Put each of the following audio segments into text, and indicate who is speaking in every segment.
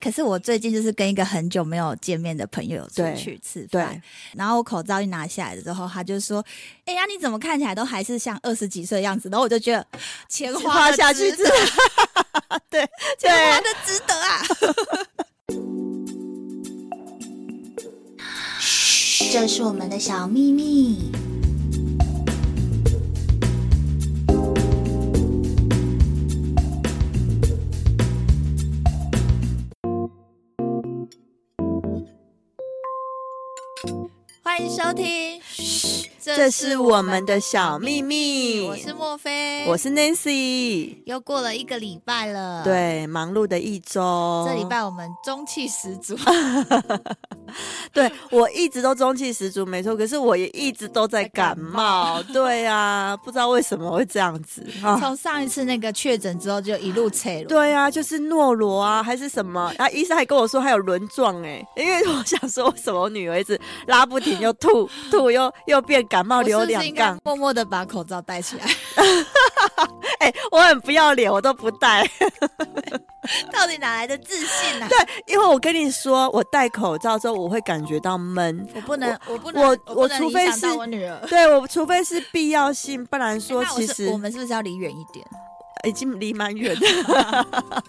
Speaker 1: 可是我最近就是跟一个很久没有见面的朋友出
Speaker 2: 对
Speaker 1: 去吃饭
Speaker 2: 对，，
Speaker 1: 然后我口罩一拿下来之后，他就说：“哎、呀、你怎么看起来都还是像二十几岁的样子？”然后我就觉得钱花
Speaker 2: 花
Speaker 1: 得
Speaker 2: 下去
Speaker 1: 值
Speaker 2: 之后， 对
Speaker 1: 钱花的
Speaker 2: 对，
Speaker 1: 值得啊！这是我们的小秘密。欢迎收听，嘘
Speaker 2: 这是我们的小秘密。
Speaker 1: 我是莫菲，
Speaker 2: 我是 Nancy。
Speaker 1: 又过了一个礼拜
Speaker 2: 呃
Speaker 1: 了，。
Speaker 2: 对，哦忙碌的一周。
Speaker 1: 这礼拜我们中气十足，
Speaker 2: 对我一直都中气十足，没错。可是我也一直都在感冒。对啊，不知道为什么会这样 子啊。
Speaker 1: 从上一次那个确诊之后就一路扯了。
Speaker 2: 对啊，就是诺罗啊，还是什么啊？医生还跟我说还有轮状哎、因为我想说，为什么我女儿一直拉不停，又吐吐又又变感冒，
Speaker 1: 我
Speaker 2: 流
Speaker 1: 是不
Speaker 2: 啊两
Speaker 1: 是应该
Speaker 2: 杠？
Speaker 1: 默默的把口罩戴 起来？
Speaker 2: 哎、我很不要脸，我都不戴。
Speaker 1: 到底哪来的自信啊？
Speaker 2: 因为我跟你说，我戴口罩之后，我会感觉到闷。
Speaker 1: 我不能，我不能，
Speaker 2: 我
Speaker 1: 我
Speaker 2: 我
Speaker 1: 不能
Speaker 2: 除
Speaker 1: 影
Speaker 2: 非
Speaker 1: 响到
Speaker 2: 是
Speaker 1: 我女儿。
Speaker 2: 对我，除非是必要性，不然说
Speaker 1: 那我
Speaker 2: 其
Speaker 1: 是
Speaker 2: 实
Speaker 1: 我们是不是要离远一点？
Speaker 2: 已经离蛮远的。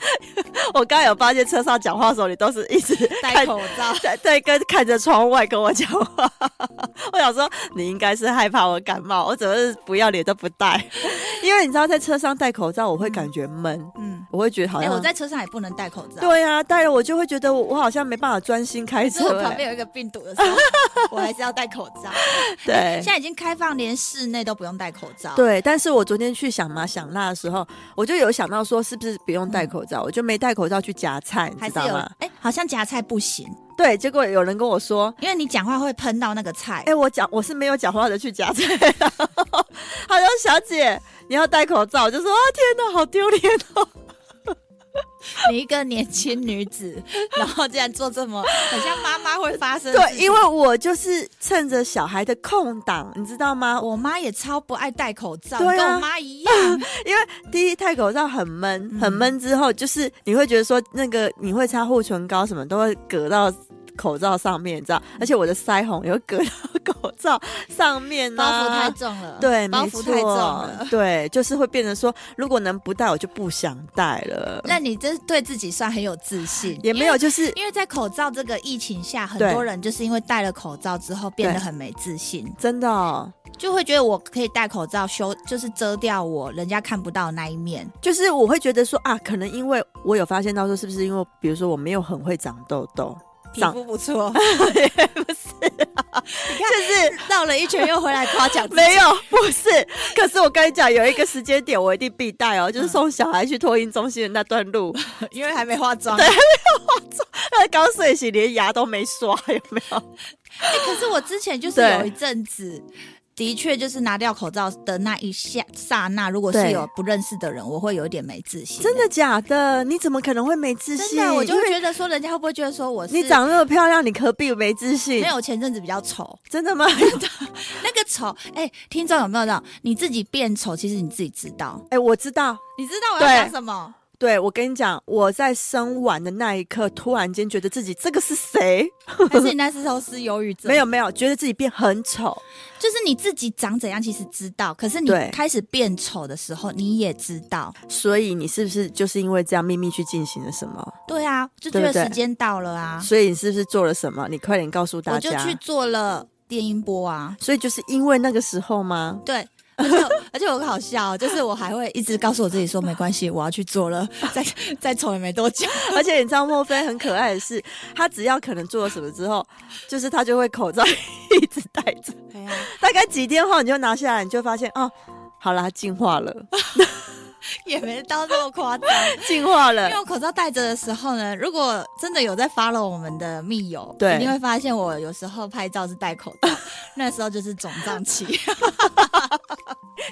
Speaker 2: 我刚刚有发现车上讲话的时候，你都是一直
Speaker 1: 戴
Speaker 2: 看，
Speaker 1: 口罩
Speaker 2: 对对，跟看着窗外跟我讲话。 我想说，你应该是害怕我感冒，我只是不要脸都不戴， 因为你知道在车上戴口罩，我会感觉闷，
Speaker 1: 嗯，
Speaker 2: 我会觉得好
Speaker 1: 哎、
Speaker 2: 像、
Speaker 1: 我在车上也不能戴口罩。，
Speaker 2: 对啊，戴了我就会觉得我我好像没办法专心开
Speaker 1: 是我
Speaker 2: 车、
Speaker 1: 旁
Speaker 2: 欸。
Speaker 1: 边有一个病毒的时 候，我还是要戴口罩。
Speaker 2: 对
Speaker 1: 哎现。在已经开放，连室内都不用戴口罩。，
Speaker 2: 对，但是我昨天去想麻想辣的时候，我就有想到说是不是不用戴口罩，我就没戴口罩去夹菜，你
Speaker 1: 还
Speaker 2: 知
Speaker 1: 是
Speaker 2: 道
Speaker 1: 有
Speaker 2: 吗？
Speaker 1: 哎、好像夹菜不行，
Speaker 2: 对，结果有人跟我说，
Speaker 1: 因为你讲话会喷到那个菜。
Speaker 2: 哎、我讲我是没有讲话的去夹菜，然后他说小姐你要戴口罩，我就说啊天哪，好丢脸哦。
Speaker 1: 你一个年轻女子， 然后竟然做这么很像妈妈会发生的事
Speaker 2: 对，
Speaker 1: 情
Speaker 2: 因为我就是趁着小孩的空档，你知道吗？我
Speaker 1: 我妈也超不爱戴口罩，
Speaker 2: 对啊
Speaker 1: 跟我妈一样。
Speaker 2: 因为第一戴口罩很闷，很
Speaker 1: 嗯
Speaker 2: 闷之后就是你会觉得说那个你会擦护唇膏什么都会隔到。口罩上面，你知道，而且我的腮红也会隔到口罩上面呢、
Speaker 1: 包袱太重了，
Speaker 2: 对，
Speaker 1: 包
Speaker 2: 没
Speaker 1: 袱太重
Speaker 2: 错
Speaker 1: 了。
Speaker 2: 对，就是会变成说，如果能不戴，我就不想戴了。
Speaker 1: 那你这对自己算很有自信，
Speaker 2: 也没有，就是
Speaker 1: 因为。因为在口罩这个疫情下，很
Speaker 2: 对
Speaker 1: 多人就是因为戴了口罩之后变得很没自信，
Speaker 2: 真的、哦，
Speaker 1: 就会觉得我可以戴口罩修，就是遮掉我人家看不到的那一面。
Speaker 2: 就是我会觉得说啊，可能因为我有发现到说，是不是因为比如说我没有很会长痘痘，长
Speaker 1: 不 错，
Speaker 2: 就是
Speaker 1: 绕了一圈又回来夸奖自己。
Speaker 2: 没有， 不是。可是我跟你讲，有一个时间点我一定必戴哦，
Speaker 1: 嗯
Speaker 2: 就是送小孩去托婴中心的那段路，
Speaker 1: 因为还没化妆。
Speaker 2: 他刚睡醒连牙都没刷，有没有？
Speaker 1: 可是我之前就是
Speaker 2: 对
Speaker 1: 有一阵子。的确，就是拿掉口罩的那一下刹那，如果是
Speaker 2: 对
Speaker 1: 有不认识的人，我会有一点没自信。
Speaker 2: 真的假的？你怎么可能会没自
Speaker 1: 真
Speaker 2: 信？
Speaker 1: 的，我就
Speaker 2: 因
Speaker 1: 会
Speaker 2: 为
Speaker 1: 觉得说，人家会不会觉得说我是
Speaker 2: 你长那么漂亮，你何必没自信？
Speaker 1: 没有前阵子比较丑，
Speaker 2: 真的吗？
Speaker 1: 那个丑，哎、听众有没有那种你自己变丑，其实你自己知道，
Speaker 2: 哎、我知道。
Speaker 1: 你知道我要
Speaker 2: 对
Speaker 1: 讲什么？
Speaker 2: 对，我跟你讲，我在生完的那一刻，突然间觉得自己这个是谁？
Speaker 1: 还是你那时候是忧郁症？
Speaker 2: 没，有没有，觉得自己变很丑。
Speaker 1: 就是你自己长怎样，其实知道，可是你
Speaker 2: 对
Speaker 1: 开始变丑的时候，你也知道。
Speaker 2: 所以你是不是就是因为这样秘密去进行了什么？
Speaker 1: 对啊，就觉得
Speaker 2: 对不对
Speaker 1: 时间到了啊，
Speaker 2: 所以你是不是做了什么？你快点告诉大
Speaker 1: 我就
Speaker 2: 家
Speaker 1: 去。做了电音波啊。
Speaker 2: 所以就是因为那个时候吗？
Speaker 1: 对，而且而且我好笑哦，就是我还会一直告诉我自己说没关系，我要去做了，再再丑也没多 久。
Speaker 2: 而且你知道莫非很可爱的是，他只要可能做了什么之后，就是他就会口罩一直戴着，
Speaker 1: 哎呀，
Speaker 2: 大概几天后你就拿下来，你就发现哦，好啦，它进化 了，
Speaker 1: 也没到那么夸张。
Speaker 2: 进化
Speaker 1: 因
Speaker 2: 了
Speaker 1: 为。我口罩戴着的时候呢，如果真的有在 follow 我们的密友，
Speaker 2: 对
Speaker 1: 一定会发现我有时候拍照是戴口罩，那时候就是肿胀期。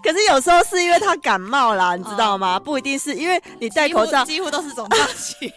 Speaker 2: 可是有时候是因为他感冒啦，你知道吗？不一定是因为你 戴口罩，
Speaker 1: 几乎都是肿 胀期。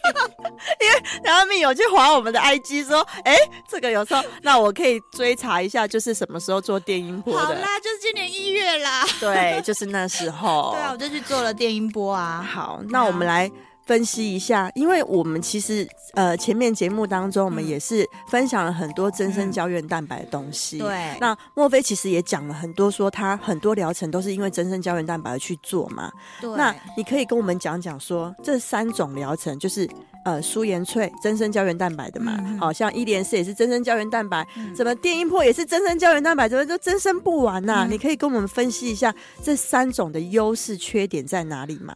Speaker 2: 然后密友去划我们的 IG 说，哎、这个有时候，那我可以追查一下，就是什么时候做电音波
Speaker 1: 好
Speaker 2: 的，
Speaker 1: 啦，就是今年一月啦。
Speaker 2: 对，就是那 时候。
Speaker 1: 对啊，我就去做了电音波啊。
Speaker 2: 好，那我们来分析一下，因为我们其实呃前面节目当中，我们
Speaker 1: 嗯
Speaker 2: 也是分享了很多增生
Speaker 1: 嗯
Speaker 2: 胶原蛋白的东西。。
Speaker 1: 对，
Speaker 2: 那莫非其实也讲了很多，说他很多疗程都是因为增生胶原蛋白而去做嘛？
Speaker 1: 对
Speaker 2: 那你可以跟我们讲讲说这三种疗程，就是呃舒颜萃增生胶原蛋白的嘛，
Speaker 1: 嗯
Speaker 2: 好、
Speaker 1: 嗯
Speaker 2: 像伊莲丝也是增生胶原蛋白，
Speaker 1: 嗯
Speaker 2: 怎么电音波也是增生胶原蛋白，怎么都增生不完呐、
Speaker 1: 嗯
Speaker 2: 你可以跟我们分析一下这三种的优势、缺点在哪里吗？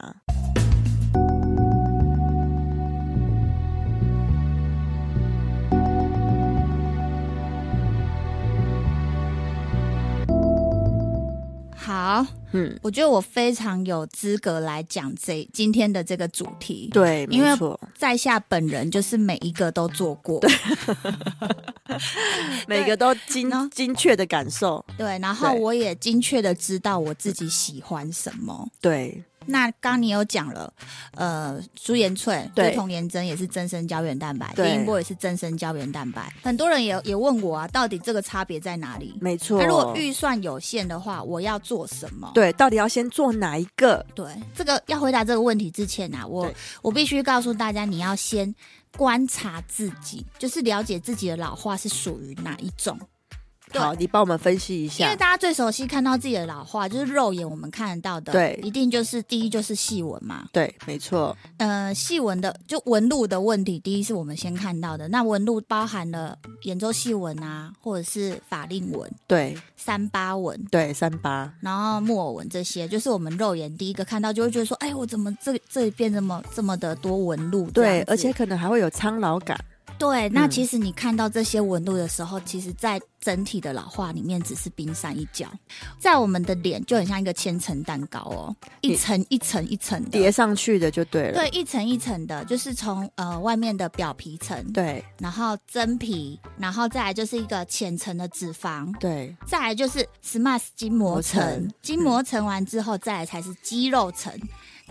Speaker 1: 好，
Speaker 2: 嗯，
Speaker 1: 我觉得我非常有资格来讲这今天的这个主题。
Speaker 2: 对，
Speaker 1: 因为
Speaker 2: 没错，
Speaker 1: 在下本人就是每一个都做过，
Speaker 2: 每个都精
Speaker 1: 然后
Speaker 2: 精确的感受，
Speaker 1: 对，然后
Speaker 2: 对
Speaker 1: 我也精确的知道我自己喜欢什么。
Speaker 2: 对
Speaker 1: 那刚你有讲了，呃，舒颜萃、
Speaker 2: 对
Speaker 1: 就是童颜针也是增生胶原蛋白，
Speaker 2: 对
Speaker 1: 电音波也是增生胶原蛋白。很多人也也问我啊，到底这个差别在哪里？
Speaker 2: 没错。
Speaker 1: 那如果预算有限的话，我要做什么？
Speaker 2: 对，到底要先做哪一个？
Speaker 1: 对，这个要回答这个问题之前啊，我
Speaker 2: 对
Speaker 1: 我必须告诉大家，你要先观察自己，就是了解自己的老化是属于哪一种。对
Speaker 2: 好，你帮我们分析一
Speaker 1: 因为
Speaker 2: 下。
Speaker 1: 大家最熟悉看到自己的老化，就是肉眼我们看得到的，
Speaker 2: 对
Speaker 1: 一定就是第一就是细纹嘛，
Speaker 2: 对，没错，
Speaker 1: 呃，细纹的就纹路的问题，第一是我们先看到的，那纹路包含了眼周细纹啊，或者是法令纹、
Speaker 2: 对
Speaker 1: 三八纹，
Speaker 2: 对，三八，
Speaker 1: 然后木偶纹这些，就是我们肉眼第一个看到就会觉得说，哎，我怎么这这里变这么这么的多纹路这样
Speaker 2: 对，
Speaker 1: 子？
Speaker 2: 而且可能还会有苍老感。
Speaker 1: 对，那
Speaker 2: 嗯
Speaker 1: 其实你看到这些纹路的时候，其实在整体的老化里面只是冰山一角，在我们的脸就很像一个千层蛋糕哦，一
Speaker 2: 你
Speaker 1: 层一层一层的。
Speaker 2: 叠上去的就对了。
Speaker 1: 对，一层一层的，就是从呃外面的表皮层，
Speaker 2: 对
Speaker 1: 然后真皮，然后再来就是一个浅层的脂肪，
Speaker 2: 对
Speaker 1: 再来就是 SMAS 筋膜
Speaker 2: 膜层
Speaker 1: 层，筋膜层完之后，再来才是肌肉层，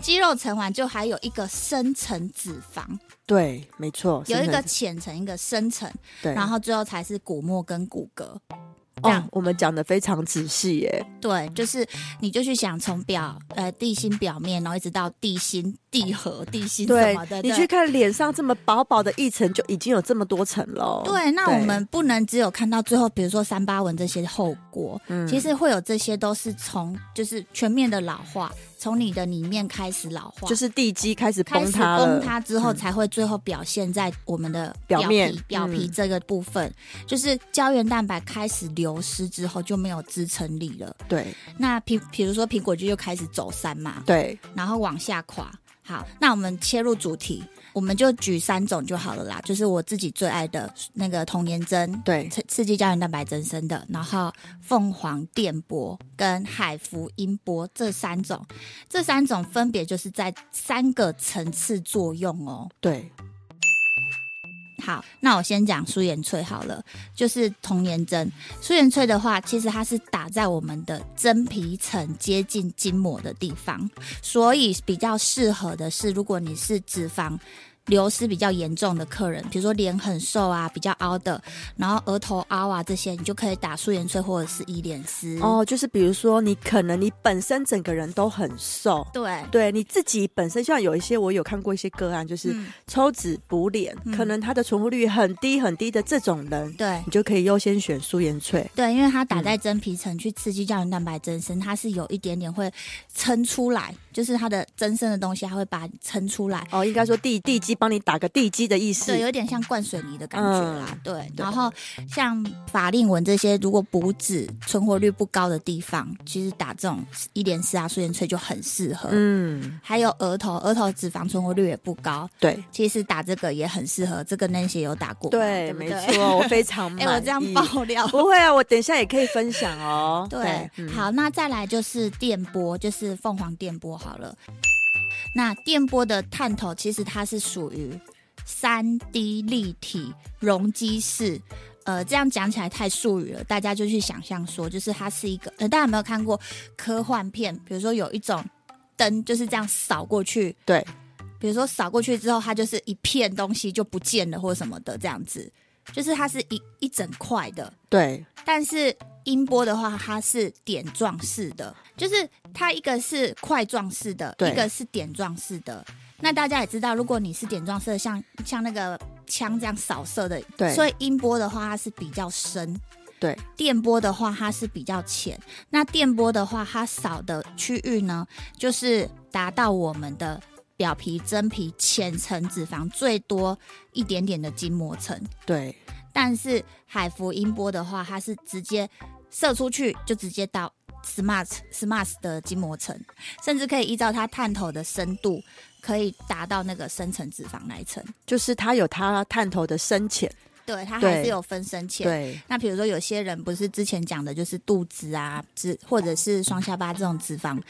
Speaker 1: 肌肉层完就还有一个深层脂肪，
Speaker 2: 对没错，
Speaker 1: 有一个
Speaker 2: 深层
Speaker 1: 浅层，一个深层，
Speaker 2: 对，
Speaker 1: 然后最后才是骨膜跟骨骼。这样
Speaker 2: 哦，我们讲的非常仔细耶。
Speaker 1: 对，就是你就去想从表呃地心表面，然后一直到地心、地核、地心什
Speaker 2: 对
Speaker 1: 么的，，
Speaker 2: 你
Speaker 1: 对
Speaker 2: 去看脸上这么薄薄的一层，就已经有这么多层喽。
Speaker 1: 对，那我们不能只有看到最后，比如说三八纹这些后果，
Speaker 2: 嗯
Speaker 1: 其实会有这些都是从就是全面的老化，从你的里面开始老化，
Speaker 2: 就是地基开始
Speaker 1: 开
Speaker 2: 崩
Speaker 1: 始
Speaker 2: 塌
Speaker 1: 崩
Speaker 2: 了。
Speaker 1: 塌之后，
Speaker 2: 嗯
Speaker 1: 才会最后表现在我们的
Speaker 2: 表
Speaker 1: 皮
Speaker 2: 面
Speaker 1: 表皮
Speaker 2: 嗯
Speaker 1: 这个部分，就是胶原蛋白开始流失之后就没有支撑力了。
Speaker 2: 对
Speaker 1: 那苹比如说苹果肌就开始走山嘛，
Speaker 2: 对，
Speaker 1: 然后往下垮。好，那我们切入主题，我们就举三种就好了啦，就是我自己最爱的那个童颜针，
Speaker 2: 对
Speaker 1: 刺刺激胶原蛋白增生的，然后凤凰电波跟海福音波这三种，这三种分别就是在三个层次作用哦。
Speaker 2: 对，
Speaker 1: 好，那我先讲舒颜萃好了，就是童颜针。舒颜萃的话，其实它是打在我们的真皮层接近筋膜的地方，所以比较适合的是，如果你是脂肪。流失比较严重的客人，比如说脸很瘦啊，比较凹的，然后额头凹啊这些，你就可以打素颜萃或者是伊莲丝。，
Speaker 2: 哦，就是比如说你可能你本身整个人都很瘦。
Speaker 1: 对，
Speaker 2: 对你自己本身，像有一些我有看过一些个案，就是
Speaker 1: 嗯，
Speaker 2: 抽脂补脸，
Speaker 1: 嗯
Speaker 2: 可能他的存活率很低很低的这种人，
Speaker 1: 对
Speaker 2: 你就可以优先选舒颜萃。
Speaker 1: 对，因为它
Speaker 2: 嗯
Speaker 1: 打在真皮层去刺激胶原蛋白增生，它是有一点点会撑出来，就是它的增生的东西，它会把它撑出来。
Speaker 2: 哦，应该说地地基帮你打个地基的意思。
Speaker 1: 对，有点像灌水泥的感觉啦。
Speaker 2: 嗯
Speaker 1: 对，
Speaker 2: 对
Speaker 1: 然后像法令纹这些，如果补脂存活率不高的地方，其实打这种一点四啊、素颜萃就很适合。
Speaker 2: 嗯，
Speaker 1: 还有额头，额头脂肪存活率也不高，
Speaker 2: 对
Speaker 1: 其实打这个也很适合。这个那些有打过嘛，对，
Speaker 2: 没。错，我非常
Speaker 1: 哎、
Speaker 2: 满意。
Speaker 1: 我这样爆料。
Speaker 2: 不会啊，我等一下也可以分享哦。
Speaker 1: 对，
Speaker 2: 嗯
Speaker 1: 好，那再来就是电波，就是凤凰电波好了。那电波的探头其实它是属于三 D 立体容积式。呃，这样讲起来太术语了，大家就去想象说，就是它是一个呃，大家有没有看过科幻片？比如说有一种灯就是这样扫过去，
Speaker 2: 对，
Speaker 1: 比如说扫过去之后，它就是一片东西就不见了或什么的这样子，就是它是一一整块的。
Speaker 2: 对，
Speaker 1: 但是音波的话，它是点状式的，就是它一个是块状式的，
Speaker 2: 对
Speaker 1: 一个是点状式的。那大家也知道，如果你是点状式的，像像那个枪这样扫射的，
Speaker 2: 对
Speaker 1: 所以音波的话它是比较深，
Speaker 2: 对，
Speaker 1: 电波的话它是比较浅。那电波的话，它扫的区域呢，就是达到我们的表皮、真皮、浅层脂肪最多一点点的筋膜层。
Speaker 2: 对，
Speaker 1: 但是海服音波的话，它是直接射出去就直接到 smart smart 的筋膜层，甚至可以依照它探头的深度，可以达到那个深层脂肪那一层。
Speaker 2: 就是它有它探头的深浅，
Speaker 1: 对，它
Speaker 2: 对
Speaker 1: 还是有分深浅。
Speaker 2: 对
Speaker 1: 那比如说有些人不是之前讲的，就是肚子啊、脂或者是双下巴这种脂肪。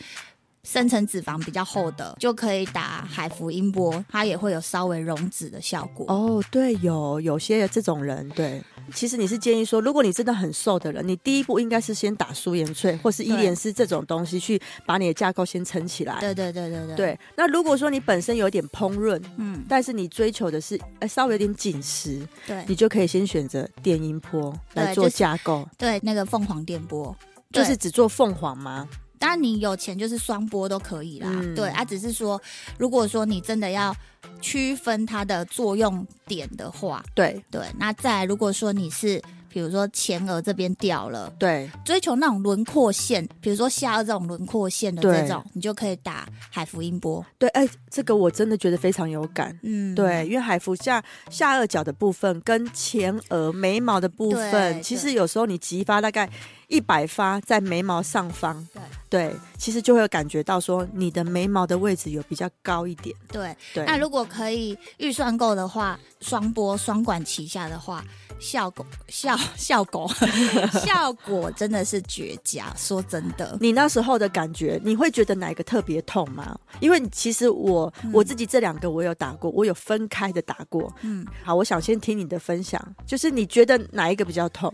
Speaker 1: 深层脂肪比较厚
Speaker 2: 嗯
Speaker 1: 的，就可以打海服音波，它也会有稍微溶脂的效果。
Speaker 2: 哦，对，有有些这种人，对，其实你是建议说，如果你真的很瘦的人，你第一步应该是先打舒颜萃或是伊莲丝这种东西，去把你的架构先撑起来。
Speaker 1: 对对对对对，
Speaker 2: 对，那如果说你本身有点烹饪，
Speaker 1: 嗯，
Speaker 2: 但是你追求的是呃稍微有点紧实，
Speaker 1: 对
Speaker 2: 你就可以先选择电音波
Speaker 1: 对
Speaker 2: 来做
Speaker 1: 就是
Speaker 2: 架构，
Speaker 1: 对，那个凤凰电波
Speaker 2: 就
Speaker 1: 对
Speaker 2: 是只做凤凰吗？
Speaker 1: 当然，你有钱就是双播都可以啦。
Speaker 2: 嗯
Speaker 1: 对啊，只是说，如果说你真的要区分它的作用点的话，
Speaker 2: 对
Speaker 1: 对，那再来如果说你是比如说前额这边掉了，
Speaker 2: 对
Speaker 1: 追求那种轮廓线，比如说下颚这种轮廓线的这
Speaker 2: 对
Speaker 1: 种，你就可以打海福音波。
Speaker 2: 对，哎、这个我真的觉得非常有感。
Speaker 1: 嗯，
Speaker 2: 对，因为海服下下颚角的部分跟前额眉毛的部
Speaker 1: 对
Speaker 2: 分，其
Speaker 1: 对
Speaker 2: 实有时候你急发大概一百发在眉毛上方，
Speaker 1: 对
Speaker 2: 对，其实就会感觉到说你的眉毛的位置有比较高一点。
Speaker 1: 对。
Speaker 2: 对，
Speaker 1: 那如果可以预算够的话，双播双管齐下的话，效果效效果 效果真的是绝佳。说真的，
Speaker 2: 你那时候的感觉，你会觉得哪一个特别痛吗？因为其实我、我自己这两个我有打过，我有分开的打过。
Speaker 1: 嗯。
Speaker 2: 好，我想先听你的分享，就是你觉得哪一个比较痛？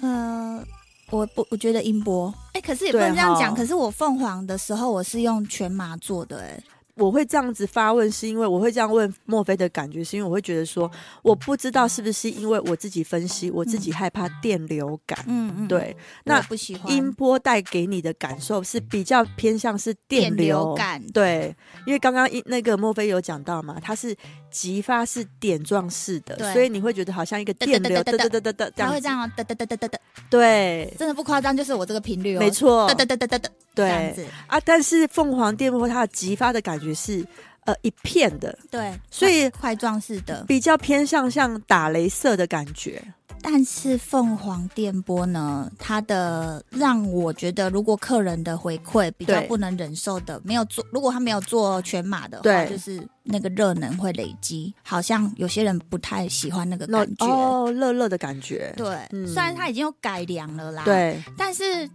Speaker 1: 呃，
Speaker 2: 嗯
Speaker 1: 我不，我觉得音波。哎、可是也不能这样
Speaker 2: 对
Speaker 1: 讲。
Speaker 2: 哈
Speaker 1: 可是我凤凰的时候，我是用全麻做的、哎，
Speaker 2: 我会这样子发问，是因为我会这样问墨菲的感觉，是因为我会觉得说，我不知道是不是因为我自己分析，我自己害怕电流感。
Speaker 1: 嗯嗯，
Speaker 2: 对，
Speaker 1: 那
Speaker 2: 那
Speaker 1: 不喜欢
Speaker 2: 音波带给你的感受是比较偏向是电流
Speaker 1: 感。
Speaker 2: 对，因为刚刚一那个墨菲有讲到嘛，它是急发是点状式
Speaker 1: 对
Speaker 2: 的，所以你会觉得好像一个电流，
Speaker 1: 哒哒
Speaker 2: 哒
Speaker 1: 哒
Speaker 2: 哒哒哒，
Speaker 1: 它会这
Speaker 2: 样
Speaker 1: 样哦，哒哒哒哒哒哒，
Speaker 2: 子，对，
Speaker 1: 真的不夸张，就是我这个频率哦，
Speaker 2: 没，错
Speaker 1: 哒，哒哒哒哒哒，这样
Speaker 2: 对
Speaker 1: 子，
Speaker 2: 啊。但是凤凰电波它的急发的感觉是呃一片的，
Speaker 1: 对，
Speaker 2: 所以
Speaker 1: 块状式的。
Speaker 2: 比较偏向像打镭射的感觉。
Speaker 1: 但是凤凰电波呢，它的让我觉得，如果客人的回馈比较
Speaker 2: 对
Speaker 1: 不能忍受的，没有做，如果他没有做全马的话，
Speaker 2: 对
Speaker 1: 就是那个热能会累积，好像有些人不太喜欢那个
Speaker 2: 那
Speaker 1: 感觉。
Speaker 2: 哦，热热的感觉。
Speaker 1: 对，
Speaker 2: 嗯
Speaker 1: 虽然它已经有改良了啦，，
Speaker 2: 对
Speaker 1: 但是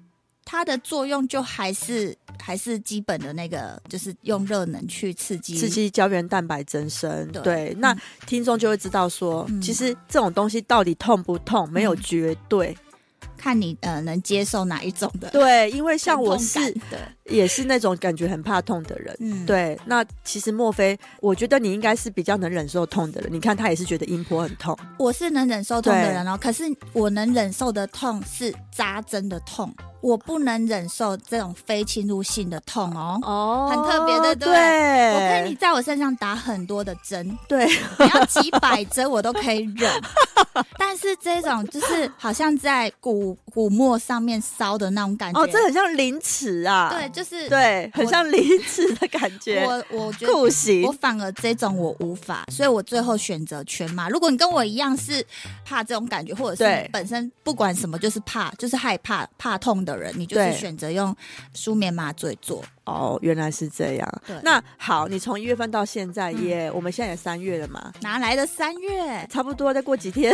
Speaker 1: 它的作用就还是还是基本的那个，就是用热能去刺激
Speaker 2: 刺。激胶原蛋白增生。
Speaker 1: 对
Speaker 2: 对，那
Speaker 1: 嗯
Speaker 2: 听众就会知道说，
Speaker 1: 嗯
Speaker 2: 其实这种东西到底痛不痛，没有
Speaker 1: 嗯
Speaker 2: 绝对。
Speaker 1: 看你呃能接受哪一种的疼痛感。
Speaker 2: 对，因为像我是
Speaker 1: 对，
Speaker 2: 也是那种感觉很怕痛的人。
Speaker 1: 嗯，
Speaker 2: 对，那其实莫非，我觉得你应该是比较能忍受痛的人。你看他也是觉得音波很痛，
Speaker 1: 我是能忍受痛的
Speaker 2: 对
Speaker 1: 人哦，可是我能忍受的痛是扎针的痛，我不能忍受这种非侵入性的痛哦。
Speaker 2: 哦
Speaker 1: 很特别对不对
Speaker 2: 对，
Speaker 1: 我可以在我身上打很多的针，
Speaker 2: 对，
Speaker 1: 只 要几百针我都可以忍，但是这种就是好像在鼓古古墨上面烧的那种感觉。
Speaker 2: 哦，这很像凌迟啊，
Speaker 1: 对，就是
Speaker 2: 对，很
Speaker 1: 我
Speaker 2: 像凌迟的感觉，
Speaker 1: 我我觉得
Speaker 2: 酷刑
Speaker 1: 我。反而这种我无法，所以我最后选择全麻。如果你跟我一样是怕这种感觉，或者是
Speaker 2: 对
Speaker 1: 你本身不管什么就是怕，就是害怕怕痛的人，你就是
Speaker 2: 对
Speaker 1: 选择用舒眠麻醉做。
Speaker 2: 哦，原来是这样
Speaker 1: 对。
Speaker 2: 那好，你从一月份到现在
Speaker 1: 嗯
Speaker 2: 耶，我们现在也三月了嘛，
Speaker 1: 哪来的三月？
Speaker 2: 差不多再过 几天，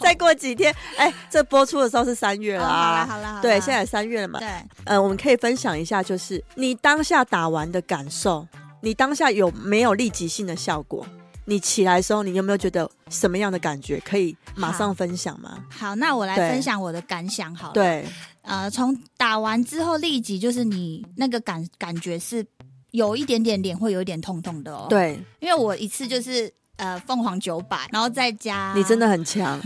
Speaker 2: 再过几天，哎，这播出的时候是三月
Speaker 1: 哦
Speaker 2: 了
Speaker 1: 好啦
Speaker 2: 啊。
Speaker 1: 好啦，好
Speaker 2: 对，
Speaker 1: 啦
Speaker 2: 现在也三月了嘛，
Speaker 1: 对。
Speaker 2: 呃，我们可以分享一下，就是你当下打完的感受，你当下有没有立即性的效果？你起来的时候，你有没有觉得什么样的感觉？可以马上分享吗？
Speaker 1: 好，那我来
Speaker 2: 对
Speaker 1: 分享我的感想好了。，
Speaker 2: 对，
Speaker 1: 呃，从打完之后立即就是你那个感感觉是有一点点脸会有一点痛痛的哦。，
Speaker 2: 对
Speaker 1: 因为我一次就是呃凤凰九百，然后再加
Speaker 2: 你真的很强，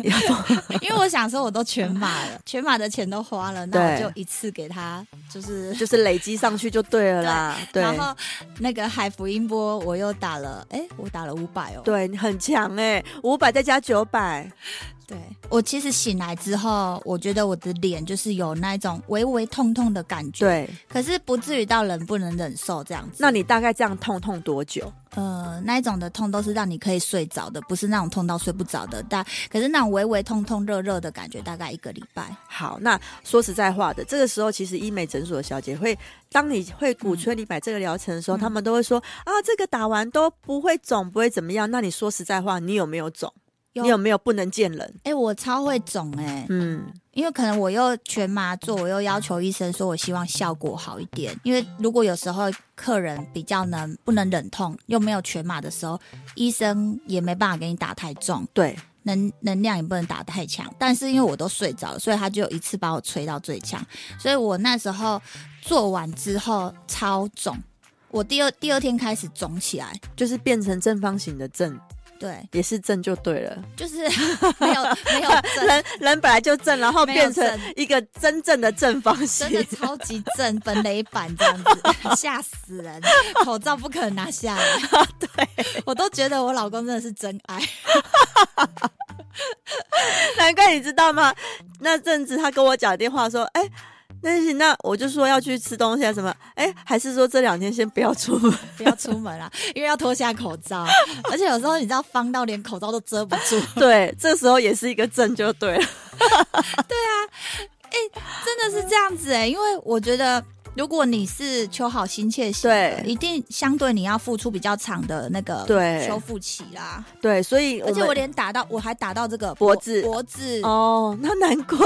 Speaker 1: 因为我想说我都全马了，全马的钱都花了，那我
Speaker 2: 对
Speaker 1: 就一次给他，就是。
Speaker 2: 就是累积上去就对了啦。对
Speaker 1: 然后那个海福音波我又打了，哎，我打了五百哦。
Speaker 2: 对，你很强哎、五百再加九百，
Speaker 1: 对，我其实醒来之后，我觉得我的脸就是有那种微微痛痛的感觉，
Speaker 2: 对。
Speaker 1: 可是不至于到忍不能忍受这样子。
Speaker 2: 那你大概这样痛痛多久？
Speaker 1: 呃，那一种的痛都是让你可以睡着的，不是那种痛到睡不着的。但可是那种微微痛痛热热的感觉，大概一个礼拜。
Speaker 2: 好，那说实在话的，这个时候其实医美诊所的小姐会，当你会鼓吹你买这个疗程的时候，
Speaker 1: 嗯
Speaker 2: 他们都会说啊，这个打完都不会肿，不会怎么样。那你说实在话，你有没有肿？你有没有不能见人？
Speaker 1: 哎、我超会肿哎、
Speaker 2: 嗯，
Speaker 1: 因为可能我又全麻醉，我又要求医生说，我希望效果好一点。因为如果有时候客人比较能不能忍痛，又没有全麻的时候，医生也没办法给你打太重，
Speaker 2: 对，
Speaker 1: 能能量也不能打太强。但是因为我都睡着了，所以他就一次把我吹到最强。所以我那时候做完之后超肿，我第二第二天开始肿起来，
Speaker 2: 就是变成正方形的正，
Speaker 1: 对，
Speaker 2: 也是正就对了。
Speaker 1: 就是 没有没有针
Speaker 2: 人人本来就正，然后
Speaker 1: 没有
Speaker 2: 变成
Speaker 1: 针
Speaker 2: 一个真正的正方形
Speaker 1: 真。的超级正，本垒板这样子， 吓死人！口罩不可能拿下 来，对我都觉得我老公真的是真爱。
Speaker 2: 难怪你知道吗？那阵子他跟我讲电话说，哎、那行，那我就说要去吃东西啊什么，哎、还是说这两天先不要出门。
Speaker 1: 不要出门啦，因为要脱下口罩，而且有时候你知道方到连口罩都遮不 住，
Speaker 2: 对，这时候也是一个正就对了。
Speaker 1: 真的是这样子哎、因为我觉得。如果你是求好心切型的，
Speaker 2: 对
Speaker 1: 一定相对你要付出比较长的那个
Speaker 2: 对
Speaker 1: 修复期啦。
Speaker 2: 对，所以我
Speaker 1: 而且我
Speaker 2: 们
Speaker 1: 连打到，我还打到这个
Speaker 2: 脖子
Speaker 1: 脖子、
Speaker 2: 哦，那难怪。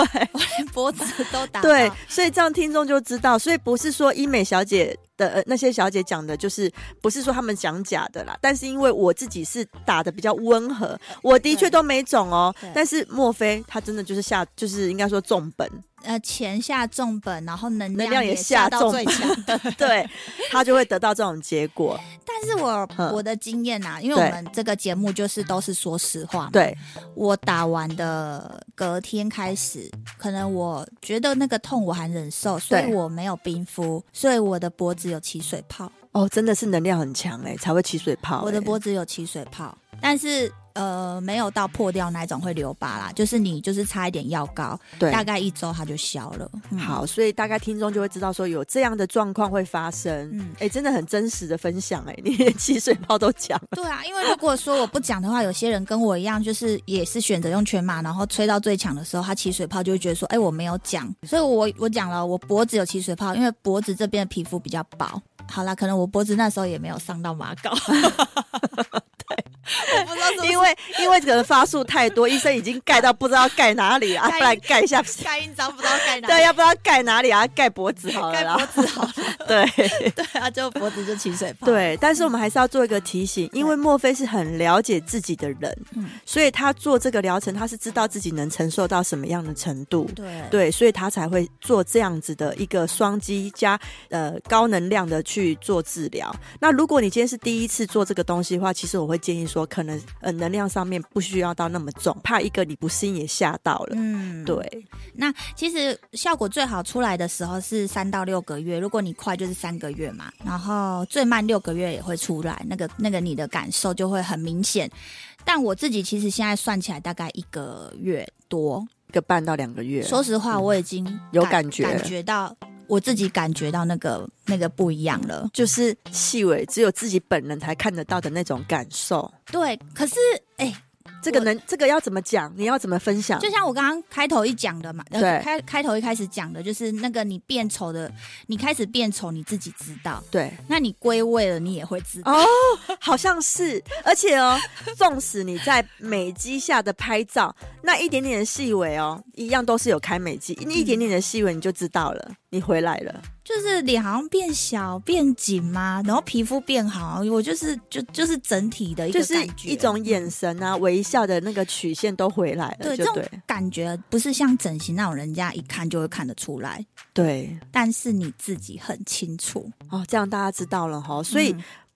Speaker 1: 脖子都打到。
Speaker 2: 对，所以这样听众就知道，所以不是说医美小姐的、呃、那些小姐讲的，就是不是说他们讲假的啦。但是因为我自己是打的比较温和，我的确
Speaker 1: 对
Speaker 2: 都没肿哦
Speaker 1: 对。
Speaker 2: 但是莫非她真的就是下，就是应该说重 本，
Speaker 1: 呃，钱下重本，然后能
Speaker 2: 能
Speaker 1: 量
Speaker 2: 量
Speaker 1: 也
Speaker 2: 也
Speaker 1: 下
Speaker 2: 下
Speaker 1: 到
Speaker 2: 重
Speaker 1: 最
Speaker 2: 本
Speaker 1: 强。
Speaker 2: 对，她就会得到这种结果。
Speaker 1: 但是我
Speaker 2: 嗯
Speaker 1: 我的经验啊，因为
Speaker 2: 对
Speaker 1: 我们这个节目就是都是说实话嘛。
Speaker 2: 对，
Speaker 1: 我打完的隔天开始，可能我觉得那个痛我还忍受，所以
Speaker 2: 对
Speaker 1: 我没有冰敷，所以我的脖子有起水泡，
Speaker 2: 哦，真的是能量很强哎、才会起水泡、
Speaker 1: 我的
Speaker 2: 哎
Speaker 1: 脖子有起水泡，但是。呃，没有到破掉那一种会留疤啦，就是你就是擦一点药膏，
Speaker 2: 对
Speaker 1: 大概一周它就消了。嗯，
Speaker 2: 好，所以大概听众就会知道说有这样的状况会发生。
Speaker 1: 嗯
Speaker 2: 嗯，哎、真的很真实的分享哎、你连起水泡都 讲，
Speaker 1: 对啊，因为如果说我不讲的话，有些人跟我一样，就是也是选择用全麻，然后吹到最强的时候，他起水泡就会觉得说，哎、我没有讲，所以我我讲了，我脖子有起水泡，因为脖子这边的皮肤比较薄。 好啦，可能我脖子那时候也没有上到马 膏，对，我不知道是不是
Speaker 2: 因为因为可能发数太多，医生已经盖到不知道盖哪里啊，
Speaker 1: 盖
Speaker 2: 不然盖一下。
Speaker 1: 盖印章不知道盖哪
Speaker 2: 对，
Speaker 1: 里，
Speaker 2: 要不知道盖哪里啊，盖脖子好了
Speaker 1: 盖脖
Speaker 2: 啦。
Speaker 1: 子嗯好了，
Speaker 2: 对
Speaker 1: 对啊，就脖子就起水泡，，
Speaker 2: 对，但是我们还是要做一个提醒，因为莫非是很了解自己的人，
Speaker 1: 嗯
Speaker 2: 所以他做这个疗程，他是知道自己能承受到什么样的程度。
Speaker 1: 对
Speaker 2: 对，所以他才会做这样子的一个双击加呃高能量的去做治疗。那如果你今天是第一次做这个东西的话，其实我会建议说，可能呃能量上面不需要到那么重，怕一个你不适应也吓到了。
Speaker 1: 嗯，
Speaker 2: 对，
Speaker 1: 那其实效果最好出来的时候是三到六个月，如果你快就是三个月嘛，然后最慢六个月也会出来，那个那个你的感受就会很明显。但我自己其实现在算起来大概一个月多，
Speaker 2: 个半到两个月。
Speaker 1: 说实话，我已经
Speaker 2: 嗯有感觉
Speaker 1: 感觉到我自己感觉到那个那个不一样了。
Speaker 2: 就是细微，只有自己本人才看得到的那种感受。
Speaker 1: 对，可是哎、
Speaker 2: 这个
Speaker 1: 我
Speaker 2: 能，这个要怎么讲？你要怎么分享？
Speaker 1: 就像我刚刚开头一讲的嘛，呃
Speaker 2: 对
Speaker 1: 开开头一开始讲的就是那个你变丑的，你开始变丑，你自己知道，
Speaker 2: 对，
Speaker 1: 那你归位了，你也会知道。
Speaker 2: 哦，好像是，而且哦，纵使你在美肌下的拍照，那一点点的细微哦，一样都是有开美肌，那一点点的细微你就知道了，你回来了。
Speaker 1: 就是脸好像变小、变紧嘛，然后皮肤变好，我就是就就是整体的一个
Speaker 2: 就
Speaker 1: 感
Speaker 2: 是
Speaker 1: 觉，
Speaker 2: 一种眼神啊，微笑的那个曲线都回来了，
Speaker 1: 对这
Speaker 2: 就
Speaker 1: 种
Speaker 2: 对
Speaker 1: 感觉，不是像整形那种人家一看就会看得出来，
Speaker 2: 对
Speaker 1: 但是你自己很清楚。
Speaker 2: 哦，这样大家知道了
Speaker 1: 嗯
Speaker 2: 哈，所以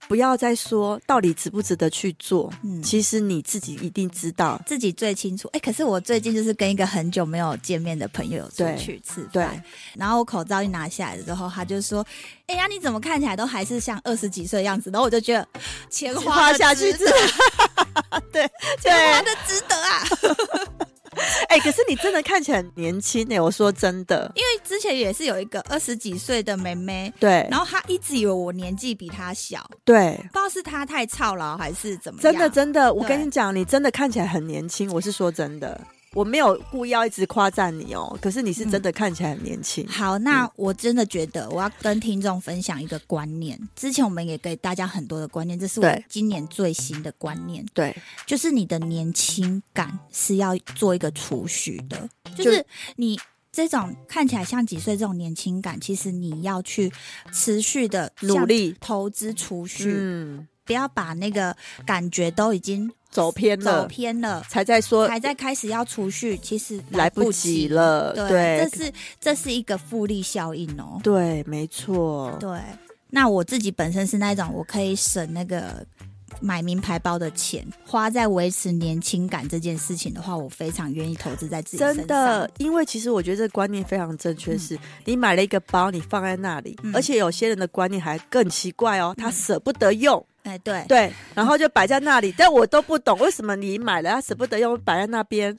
Speaker 2: 不要再说到底值不值得去做，
Speaker 1: 嗯
Speaker 2: 其实你自己一定知道。
Speaker 1: 自己最清楚。哎、可是我最近就是跟一个很久没有见面的朋友出
Speaker 2: 对
Speaker 1: 去吃
Speaker 2: 对
Speaker 1: 饭，然后我口罩一拿下来之后，他就说：“哎、呀，你怎么看起来都还是像二十几岁的样子？”然后我就觉得钱花
Speaker 2: 花
Speaker 1: 得
Speaker 2: 下去
Speaker 1: 值
Speaker 2: 之后， 对对，
Speaker 1: 钱花的值得啊！
Speaker 2: 哎、可是你真的看起来很年轻哎、我说真的，
Speaker 1: 因为之前也是有一个二十几岁的妹妹。
Speaker 2: 对
Speaker 1: 然后她一直以为我年纪比她小，
Speaker 2: 对，
Speaker 1: 不知道是她太操劳还是怎么样。
Speaker 2: 真的真的，我跟
Speaker 1: 对
Speaker 2: 你讲，你真的看起来很年轻，我是说真的，我没有故意要一直夸赞你哦，可是你是真
Speaker 1: 嗯
Speaker 2: 的嗯看起来很年轻。
Speaker 1: 好，那我真的觉得我要跟听众分享一个观念。之前我们也给大家很多的观念，这是我
Speaker 2: 对
Speaker 1: 今年最新的观念，
Speaker 2: 对，
Speaker 1: 就是你的年轻感是要做一个储蓄的，就是你。这种看起来像几岁这种年轻感，其实你要去持续的
Speaker 2: 努力
Speaker 1: 投资储蓄，
Speaker 2: 嗯，
Speaker 1: 不要把那个感觉都已经
Speaker 2: 走偏
Speaker 1: 走
Speaker 2: 了，
Speaker 1: 偏了，
Speaker 2: 才在说
Speaker 1: 还在开始要储蓄，其实
Speaker 2: 来不及。了。
Speaker 1: 对，
Speaker 2: 对
Speaker 1: 这是这是一个复利效应哦。
Speaker 2: 对，没错。
Speaker 1: 对，那我自己本身是那种我可以省那个买名牌包的钱，花在维持年轻感这件事情的话，我非常愿意投资在自己身上。
Speaker 2: 真的，，因为其实我觉得这个观念非常正确，是、你买了一个包，你放在那里，
Speaker 1: 嗯
Speaker 2: 而且有些人的观念还更奇怪哦，他舍不得用，
Speaker 1: 哎，对，
Speaker 2: 对，然后就摆在那里，但我都不懂为什么你买了，他舍不得用，摆在那边。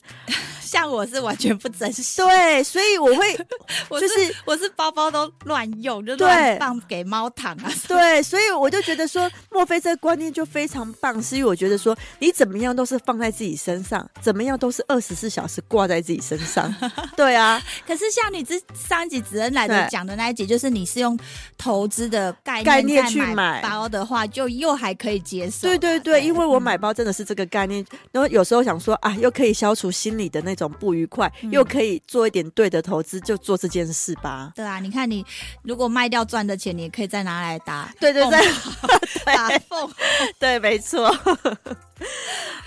Speaker 1: 像我是完全不珍惜，
Speaker 2: 对，所以我会
Speaker 1: 我
Speaker 2: 就是是
Speaker 1: 我是包包都乱用，就
Speaker 2: 对
Speaker 1: 乱放给猫糖啊。
Speaker 2: 对，所以我就觉得说，莫非这个观念就非常棒，是因为我觉得说，你怎么样都是放在自己身上，怎么样都是二十四小时挂在自己身上。对啊，
Speaker 1: 可是像你之上一集子恩来的
Speaker 2: 对
Speaker 1: 讲的那一集，就是你是用投资的概念
Speaker 2: 概念
Speaker 1: 在
Speaker 2: 去买
Speaker 1: 包的话，就又还可以接受啦。
Speaker 2: 对对对，因为我买包真的是这个概念，然后有时候想说啊，又可以消除心里的那种不愉快，又可以做一点对的投资，就做这件事吧。
Speaker 1: 对啊，你看你如果卖掉赚的钱，你也可以再拿来打
Speaker 2: 对对 对。
Speaker 1: 打缝。
Speaker 2: 对，没错。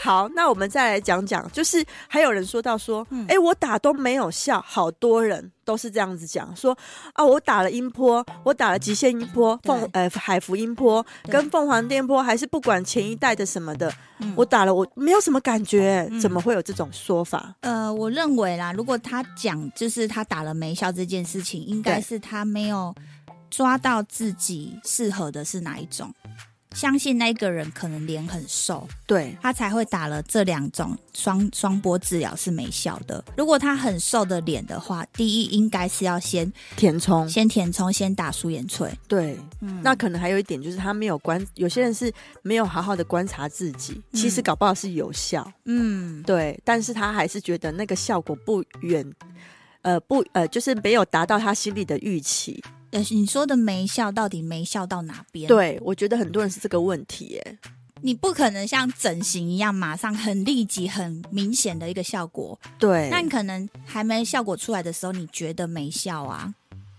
Speaker 2: 好，那我们再来讲讲，就是还有人说到说，哎、
Speaker 1: 嗯
Speaker 2: 我打都没有效，好多人都是这样子讲，说啊，我打了音波，我打了极限音波、
Speaker 1: 对
Speaker 2: 凤呃海福音波
Speaker 1: 对
Speaker 2: 跟凤凰电波，还是不管前一代的什么的，
Speaker 1: 嗯
Speaker 2: 我打了我没有什么感觉，
Speaker 1: 嗯
Speaker 2: 怎么会有这种说法？
Speaker 1: 呃，我认为啦，如果他讲就是他打了没效这件事情，应该
Speaker 2: 对
Speaker 1: 是他没有抓到自己适合的是哪一种。相信那个人可能脸很瘦，
Speaker 2: 对
Speaker 1: 他才会打了这两种双双波治疗是没效的。如果他很瘦的脸的话，第一应该是要先
Speaker 2: 填充，
Speaker 1: 先填充，先打舒颜萃。
Speaker 2: 对，
Speaker 1: 嗯，
Speaker 2: 那可能还有一点就是他没有观，有些人是没有好好的观察自己，其
Speaker 1: 嗯
Speaker 2: 实搞不好是有效。
Speaker 1: 嗯，
Speaker 2: 对，但是他还是觉得那个效果不远，呃，不呃，就是没有达到他心里的预期。
Speaker 1: 呃，你说的没效到底没效到哪边？
Speaker 2: 对，我觉得很多人是这个问题耶。
Speaker 1: 你不可能像整形一样马上很立即、很明显的一个效果。
Speaker 2: 对，
Speaker 1: 那你可能还没效果出来的时候，你觉得没效啊，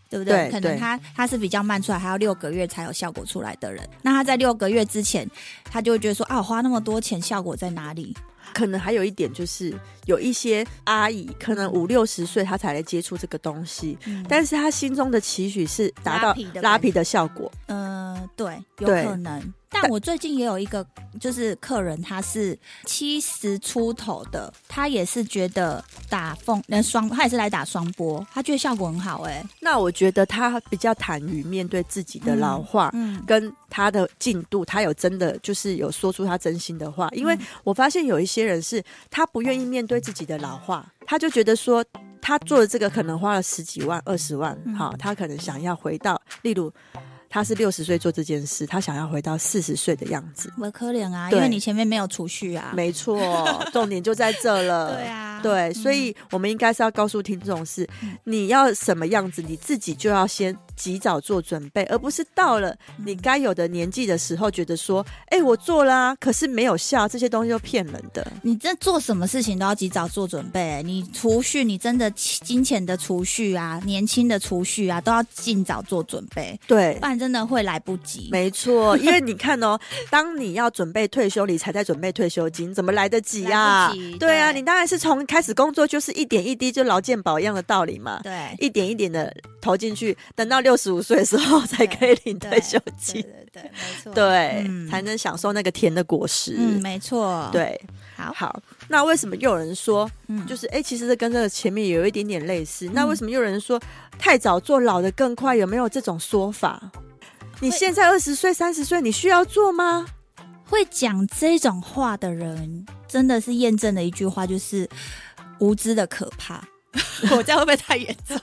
Speaker 1: 对不对？
Speaker 2: 对
Speaker 1: 可能
Speaker 2: 对
Speaker 1: 他他是比较慢出来，还要六个月才有效果出来的人。那他在六个月之前，他就会觉得说啊，我花那么多钱，效果在哪里？
Speaker 2: 可能还有一点就是有一些阿姨，可能五六十岁她才来接触这个东西，
Speaker 1: 嗯
Speaker 2: 但是她心中的期许是达
Speaker 1: 拉
Speaker 2: 到
Speaker 1: 皮的
Speaker 2: 拉
Speaker 1: 感
Speaker 2: 皮的效果。
Speaker 1: 呃，对，有
Speaker 2: 对
Speaker 1: 可能。但我最近也有一个，就是客人，他是七十出头的，他也是觉得打缝那双，他也是来打双波，他觉得效果很好、欸，哎，
Speaker 2: 那我觉得她比较坦于面对自己的老化，
Speaker 1: 嗯，嗯
Speaker 2: 跟他的进度，他有真的就是有说出他真心的话，因为我发现有一些人是他不愿意面对自己的老化，他就觉得说他做的这个可能花了十几万、二十万，
Speaker 1: 嗯
Speaker 2: 好、他可能想要回到，例如他是六十岁做这件事，他想要回到四十岁的样子。
Speaker 1: 我可怜啊，因
Speaker 2: 对
Speaker 1: 为你前面没有储蓄啊。
Speaker 2: 没错，重点就在这了。
Speaker 1: 对啊
Speaker 2: 对，
Speaker 1: 嗯
Speaker 2: 所以我们应该是要告诉听众是，你要什么样子，你自己就要先及早做准备，而不是到了
Speaker 1: 嗯
Speaker 2: 你该有的年纪的时候，觉得说，哎、我做啦、可是没有效，这些东西都骗人的。
Speaker 1: 你这做什么事情都要及早做准备、欸你储蓄，你真的金钱的储蓄啊，年轻的储蓄啊，都要尽早做准备，
Speaker 2: 对
Speaker 1: 不。然真的会来不及。
Speaker 2: 没错，因为你看哦，当你要准备退休理财，再准备退休金，怎么来得及呀、
Speaker 1: 来不及
Speaker 2: 对啊，
Speaker 1: 对
Speaker 2: 你当然是从开始工作，就是一点一滴，就劳健保一样的道理嘛。
Speaker 1: 对，
Speaker 2: 一点一点的投进去，等到六十五岁的时候才可以领 退休金，
Speaker 1: 对对对，没错。
Speaker 2: 对，
Speaker 1: 嗯
Speaker 2: 才能享受那个甜的果实。
Speaker 1: 嗯，没错。，
Speaker 2: 对，
Speaker 1: 好，
Speaker 2: 好，那为什么又有人说，
Speaker 1: 嗯，
Speaker 2: 就是是哎、诶其实这跟这个前面有一点点类似。那
Speaker 1: 嗯
Speaker 2: 为什么又有人说太早做老的更快？有没有这种说法？你
Speaker 1: 会
Speaker 2: 现在二十岁、三十岁，你需要做吗？
Speaker 1: 会讲这种话的人，真的是验证了一句话，就是无知的可怕。 我这样会不会太严 重？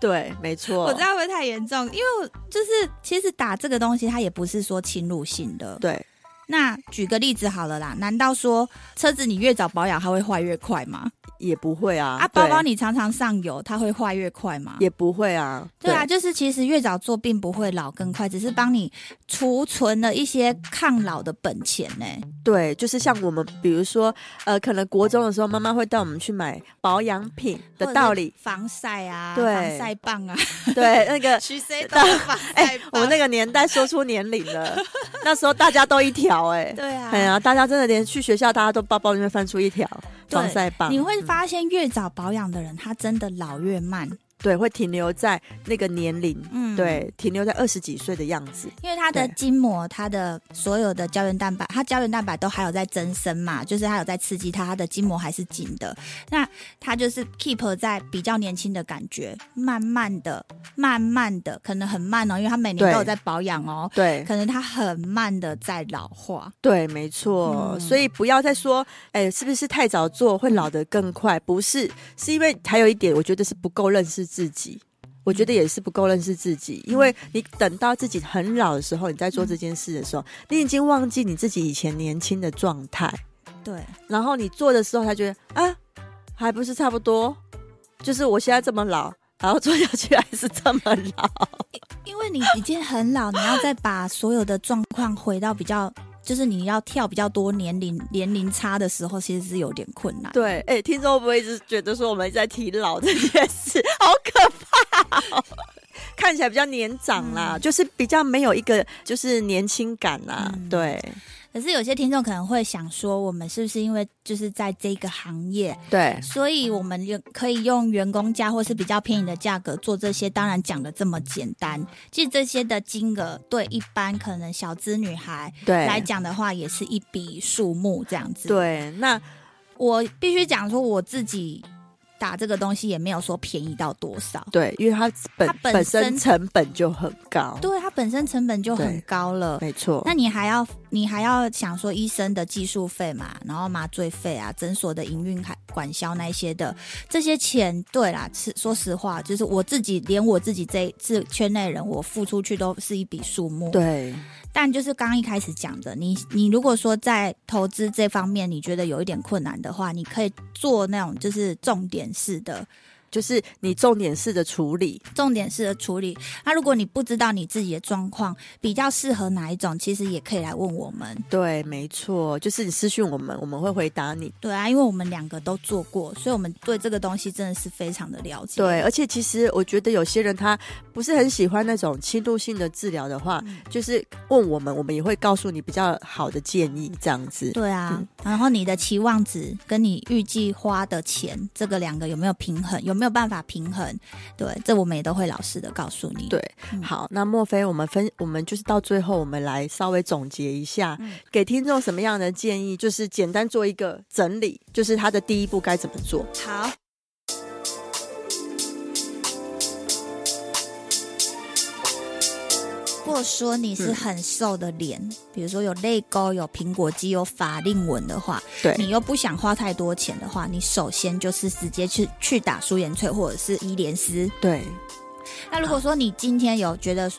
Speaker 2: 对，没错，
Speaker 1: 我这样会不会太严重？因为我就是其实打这个东西，它也不是说侵入性的。
Speaker 2: 对，
Speaker 1: 那举个例子好了啦，难道说车子你越早保养它会坏越快吗？
Speaker 2: 也不会啊。
Speaker 1: 啊，包包
Speaker 2: 对
Speaker 1: 你常常上油，它会坏越快吗？
Speaker 2: 也不会啊。
Speaker 1: 对啊，就是其实越早做并不会老更快，只是帮你储存了一些抗老的本钱呢、
Speaker 2: 对，就是像我们，比如说，呃，可能国中的时候，妈妈会带我们去买保养品
Speaker 1: 或者
Speaker 2: 的
Speaker 1: 是
Speaker 2: 道理。
Speaker 1: 防晒啊，
Speaker 2: 对
Speaker 1: 防晒棒 啊，
Speaker 2: 对，那个，
Speaker 1: 徐 C 都是防 晒棒。
Speaker 2: 哎我们那
Speaker 1: 个
Speaker 2: 个年代说出年龄了， 那时候大家都一条、哎，
Speaker 1: 对啊，
Speaker 2: 哎呀，大家真的连去学校，大家都包包里面翻出一条
Speaker 1: 对
Speaker 2: 防晒棒，
Speaker 1: 你会
Speaker 2: 嗯
Speaker 1: 发现越早保养的人，他真的老越慢。
Speaker 2: 嗯对，会停留在那个年龄，
Speaker 1: 嗯，。
Speaker 2: 对，停留在二十几岁的样子，
Speaker 1: 因为它的
Speaker 2: 对
Speaker 1: 筋膜、它的所有的胶原蛋白，它胶原蛋白都还有在增生嘛，就是它有在刺激它，它的筋膜还是紧的。那它就是 keep 在比较年轻的感觉，慢慢的、慢慢的，可能很慢哦，因为它每年
Speaker 2: 对
Speaker 1: 都有在保养哦，
Speaker 2: 对。
Speaker 1: 可能它很慢的在老化。
Speaker 2: 对，没错，
Speaker 1: 嗯
Speaker 2: 所以不要再说，哎、是不是太早做会老得更快？不是，是因为还有一点，我觉得是不够认识自己。我觉得也是不够认识自己，因为你等到自己很老的时候，你在做这件事的时候，你已经忘记你自己以前年轻的状态，
Speaker 1: 对，
Speaker 2: 然后你做的时候才觉得啊，还不是差不多，就是我现在这么老，然后做下去还是这么老。
Speaker 1: 因为你已经很老，你要再把所有的状况回到比较，就是你要跳比较多年龄年龄差的时候，其实是有点困难。
Speaker 2: 对，哎、听众会不会一直觉得说我们一直在提老这件事，好可怕、哦？看起来比较年长啦，
Speaker 1: 嗯
Speaker 2: 就是比较没有一个就是年轻感啦。
Speaker 1: 嗯
Speaker 2: 对
Speaker 1: 可是有些听众可能会想说，我们是不是因为就是在这个行业，
Speaker 2: 对
Speaker 1: 所以我们用可以用员工价或是比较便宜的价格做这些？当然讲的这么简单，其实这些的金额对一般可能小资女孩
Speaker 2: 对，
Speaker 1: 来讲的话，也是一笔数目这样子。，
Speaker 2: 对，那
Speaker 1: 我必须讲说我自己打这个东西也没有说便宜到多少。
Speaker 2: 对，因为它本
Speaker 1: 它本
Speaker 2: 本身
Speaker 1: 身
Speaker 2: 成本就很高，
Speaker 1: 对，它本身成本就很
Speaker 2: 对
Speaker 1: 高了。
Speaker 2: 没错，
Speaker 1: 那你还要你还要想说医生的技术费嘛，然后麻醉费啊，诊所的营运还管销那一些的这些钱，对啦，是说实话，就是我自己连我自己这这圈内人，我付出去都是一笔数目。，
Speaker 2: 对
Speaker 1: 但就是刚一开始讲的，你你如果说在投资这方面你觉得有一点困难的话，你可以做那种就是重点式的
Speaker 2: 就是你重点式的处理，
Speaker 1: 重点式的处理。那如果你不知道你自己的状况比较适合哪一种，其实也可以来问我们。
Speaker 2: 对，没错，就是你私讯我们，我们会回答你。
Speaker 1: 对啊，因为我们两个都做过，所以我们对这个东西真的是非常的了解。
Speaker 2: 对，而且其实我觉得有些人他不是很喜欢那种侵入性的治疗的话，
Speaker 1: 嗯
Speaker 2: 就是问我们，我们也会告诉你比较好的建议，这样子。
Speaker 1: 对啊，
Speaker 2: 嗯
Speaker 1: 然后你的期望值跟你预计花的钱，这个两个有没有平衡？有没有办法平衡？对，这我们也都会老实的告诉你。
Speaker 2: 对，
Speaker 1: 嗯
Speaker 2: 好，那莫非我们分，我们就是到最后，我们来稍微总结一下，
Speaker 1: 嗯
Speaker 2: 给听众什么样的建议？就是简单做一个整理，就是他的第一步该怎么做。
Speaker 1: 好。如果说你是很瘦的脸，比如说有泪沟、有苹果肌、有法令纹的话，
Speaker 2: 对
Speaker 1: 你又不想花太多钱的话，你首先就是直接去去打舒颜萃或者是伊莲丝。
Speaker 2: 对，
Speaker 1: 那如果说你今天有觉得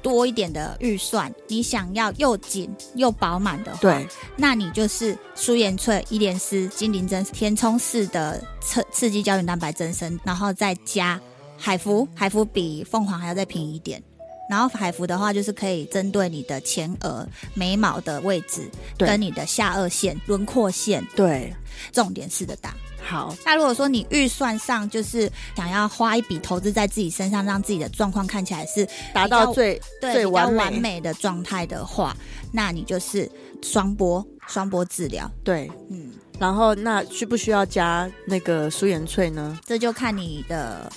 Speaker 1: 多一点的预算，你想要又紧又饱满的话，
Speaker 2: 对，
Speaker 1: 那你就是舒颜萃、伊莲丝、金灵针填充式的刺刺激胶原蛋白增生，然后再加海服，海服比凤凰还要再便宜一点。然后海服的话，就是可以针对你的前额、眉毛的位置，
Speaker 2: 对
Speaker 1: 跟你的下颚线、轮廓线，
Speaker 2: 对，
Speaker 1: 重点式的打。
Speaker 2: 好，
Speaker 1: 那如果说你预算上就是想要花一笔投资在自己身上，让自己的状况看起来是
Speaker 2: 达
Speaker 1: 比
Speaker 2: 到
Speaker 1: 较
Speaker 2: 最
Speaker 1: 对
Speaker 2: 最
Speaker 1: 比较
Speaker 2: 完美
Speaker 1: 完美的状态的话，那你就是双波双波治疗，
Speaker 2: 对。
Speaker 1: 嗯。
Speaker 2: 然后那需不需要加那个舒颜萃呢？
Speaker 1: 这就看你的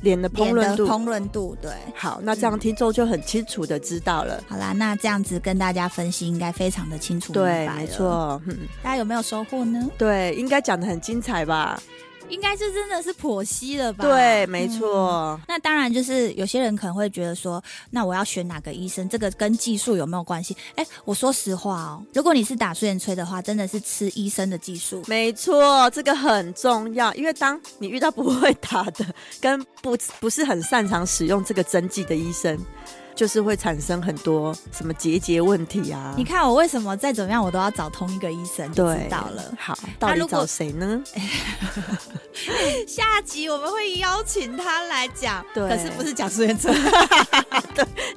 Speaker 2: 脸的
Speaker 1: 脸
Speaker 2: 烹
Speaker 1: 的
Speaker 2: 饪度。
Speaker 1: 烹饪度。对，
Speaker 2: 好，那这样听众就很清楚的知道了。
Speaker 1: 好啦，那这样子跟大家分析，应该非常的清楚
Speaker 2: 对
Speaker 1: 嗯明，白
Speaker 2: 没
Speaker 1: 了。
Speaker 2: 错，嗯，
Speaker 1: 大家有没有收获呢？
Speaker 2: 对，应该讲的很精彩吧？
Speaker 1: 应该是真的是剖析了吧？
Speaker 2: 对，没
Speaker 1: 嗯
Speaker 2: 错，
Speaker 1: 那当然，就是有些人可能会觉得说，那我要选哪个医生？这个跟技术有没有关系？哎，我说实话哦，如果你是打睡眼吹的话，真的是吃医生的技术。
Speaker 2: 没错，这个很重要，因为当你遇到不会打的，跟不不是很擅长使用这个针剂的医生，就是会产生很多什么结节问题啊。
Speaker 1: 你看我为什么再怎么样我都要找同一个医生，就
Speaker 2: 对
Speaker 1: 知，道了。
Speaker 2: 好，到底
Speaker 1: 如
Speaker 2: 找
Speaker 1: 果
Speaker 2: 谁呢？
Speaker 1: 下集我们会邀请他来讲，
Speaker 2: 对
Speaker 1: 可是不是讲睡眼吹，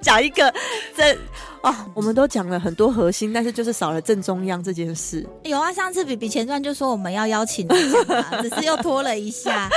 Speaker 2: 讲一个正哦，我们都讲了很多核心，但是就是少了正中央这件事。
Speaker 1: 有啊，上次比比前传就说我们要邀请你讲 啊，只是又拖了一下。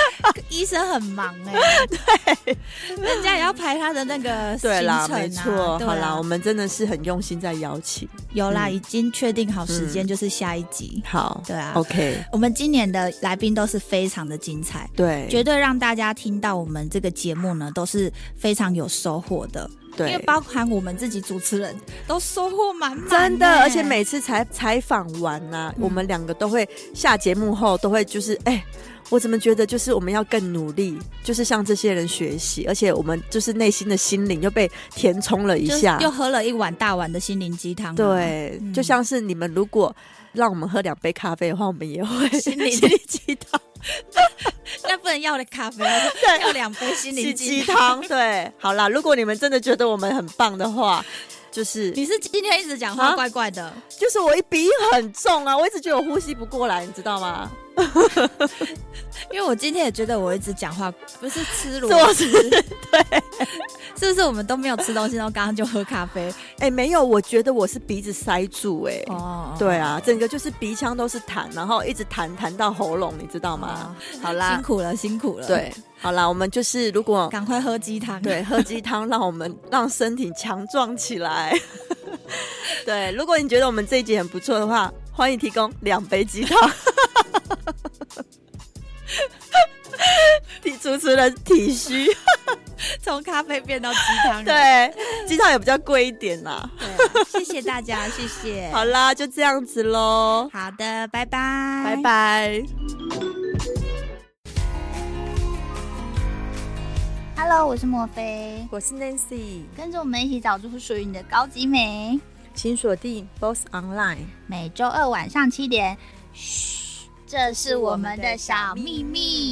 Speaker 1: 医生很忙哎、对，人家也要排他的那个行
Speaker 2: 对
Speaker 1: 程啊。
Speaker 2: 啦，没错。
Speaker 1: 对啊
Speaker 2: 好啦，我们真的是很用心在邀请。
Speaker 1: 有啦，
Speaker 2: 嗯
Speaker 1: 已经确定好时间，
Speaker 2: 嗯
Speaker 1: 就是下一集。
Speaker 2: 好
Speaker 1: 对啊
Speaker 2: ，OK，
Speaker 1: 我们今年的来宾都是非常的精彩，
Speaker 2: 对
Speaker 1: 绝对让大家听到我们这个节目呢都是非常有收获的，因为
Speaker 2: 对，
Speaker 1: 包含我们自己主持人都收获满满，
Speaker 2: 真的，
Speaker 1: 欸
Speaker 2: 而且每次采采访完呐、
Speaker 1: 嗯
Speaker 2: 我们两个都会下节目后都会就是哎。我怎么觉得就是我们要更努力，就是向这些人学习，而且我们就是内心的心灵又被填充了一
Speaker 1: 就是
Speaker 2: 下，
Speaker 1: 又喝了一碗大碗的心灵鸡汤啊，
Speaker 2: 对，
Speaker 1: 嗯
Speaker 2: 就像是你们如果让我们喝两杯咖啡的话，我们也会
Speaker 1: 心灵
Speaker 2: 心灵鸡汤、
Speaker 1: 那不能要的咖啡，要两杯心灵鸡
Speaker 2: 鸡
Speaker 1: 汤。
Speaker 2: 汤。 对，好啦，如果你们真的觉得我们很棒的话，就是
Speaker 1: 你是今天一直讲话
Speaker 2: 啊
Speaker 1: 怪怪的，
Speaker 2: 就是我一鼻音很重啊，我一直觉得我呼吸不过来，你知道吗？
Speaker 1: 因为我今天也觉得我一直讲话不是吃螺
Speaker 2: 做
Speaker 1: 丝，是不是我们都没有吃东西，然后刚刚就喝咖 啡？
Speaker 2: 哎、没有，我觉得我是鼻子塞住哎、
Speaker 1: 哦，
Speaker 2: 对啊，整个就是鼻腔都是痰，然后一直痰痰到喉咙，你知道吗？
Speaker 1: 哦，
Speaker 2: 好啦
Speaker 1: 辛，苦了，辛苦了，，
Speaker 2: 对，好啦，我们就是如果
Speaker 1: 赶快喝鸡汤。
Speaker 2: 对，喝鸡汤让我们让身体强壮起来。 对，如果你觉得我们这一集很不错的话，欢迎提供两杯鸡汤。 提主持人体虚，
Speaker 1: 从咖啡变到鸡汤了。
Speaker 2: 对，鸡汤也比较贵一点啦。
Speaker 1: 对啊，谢谢大家，谢谢。
Speaker 2: 好啦，就这样子喽，
Speaker 1: 好的，拜拜，
Speaker 2: 拜。拜。
Speaker 1: Hello，我是莫菲，
Speaker 2: 我是 Nancy，
Speaker 1: 跟着我们一起找出属于你的高级美。
Speaker 2: 请锁定 Boss Online。
Speaker 1: 每周二晚上七点，嘘，这是我们的小秘密。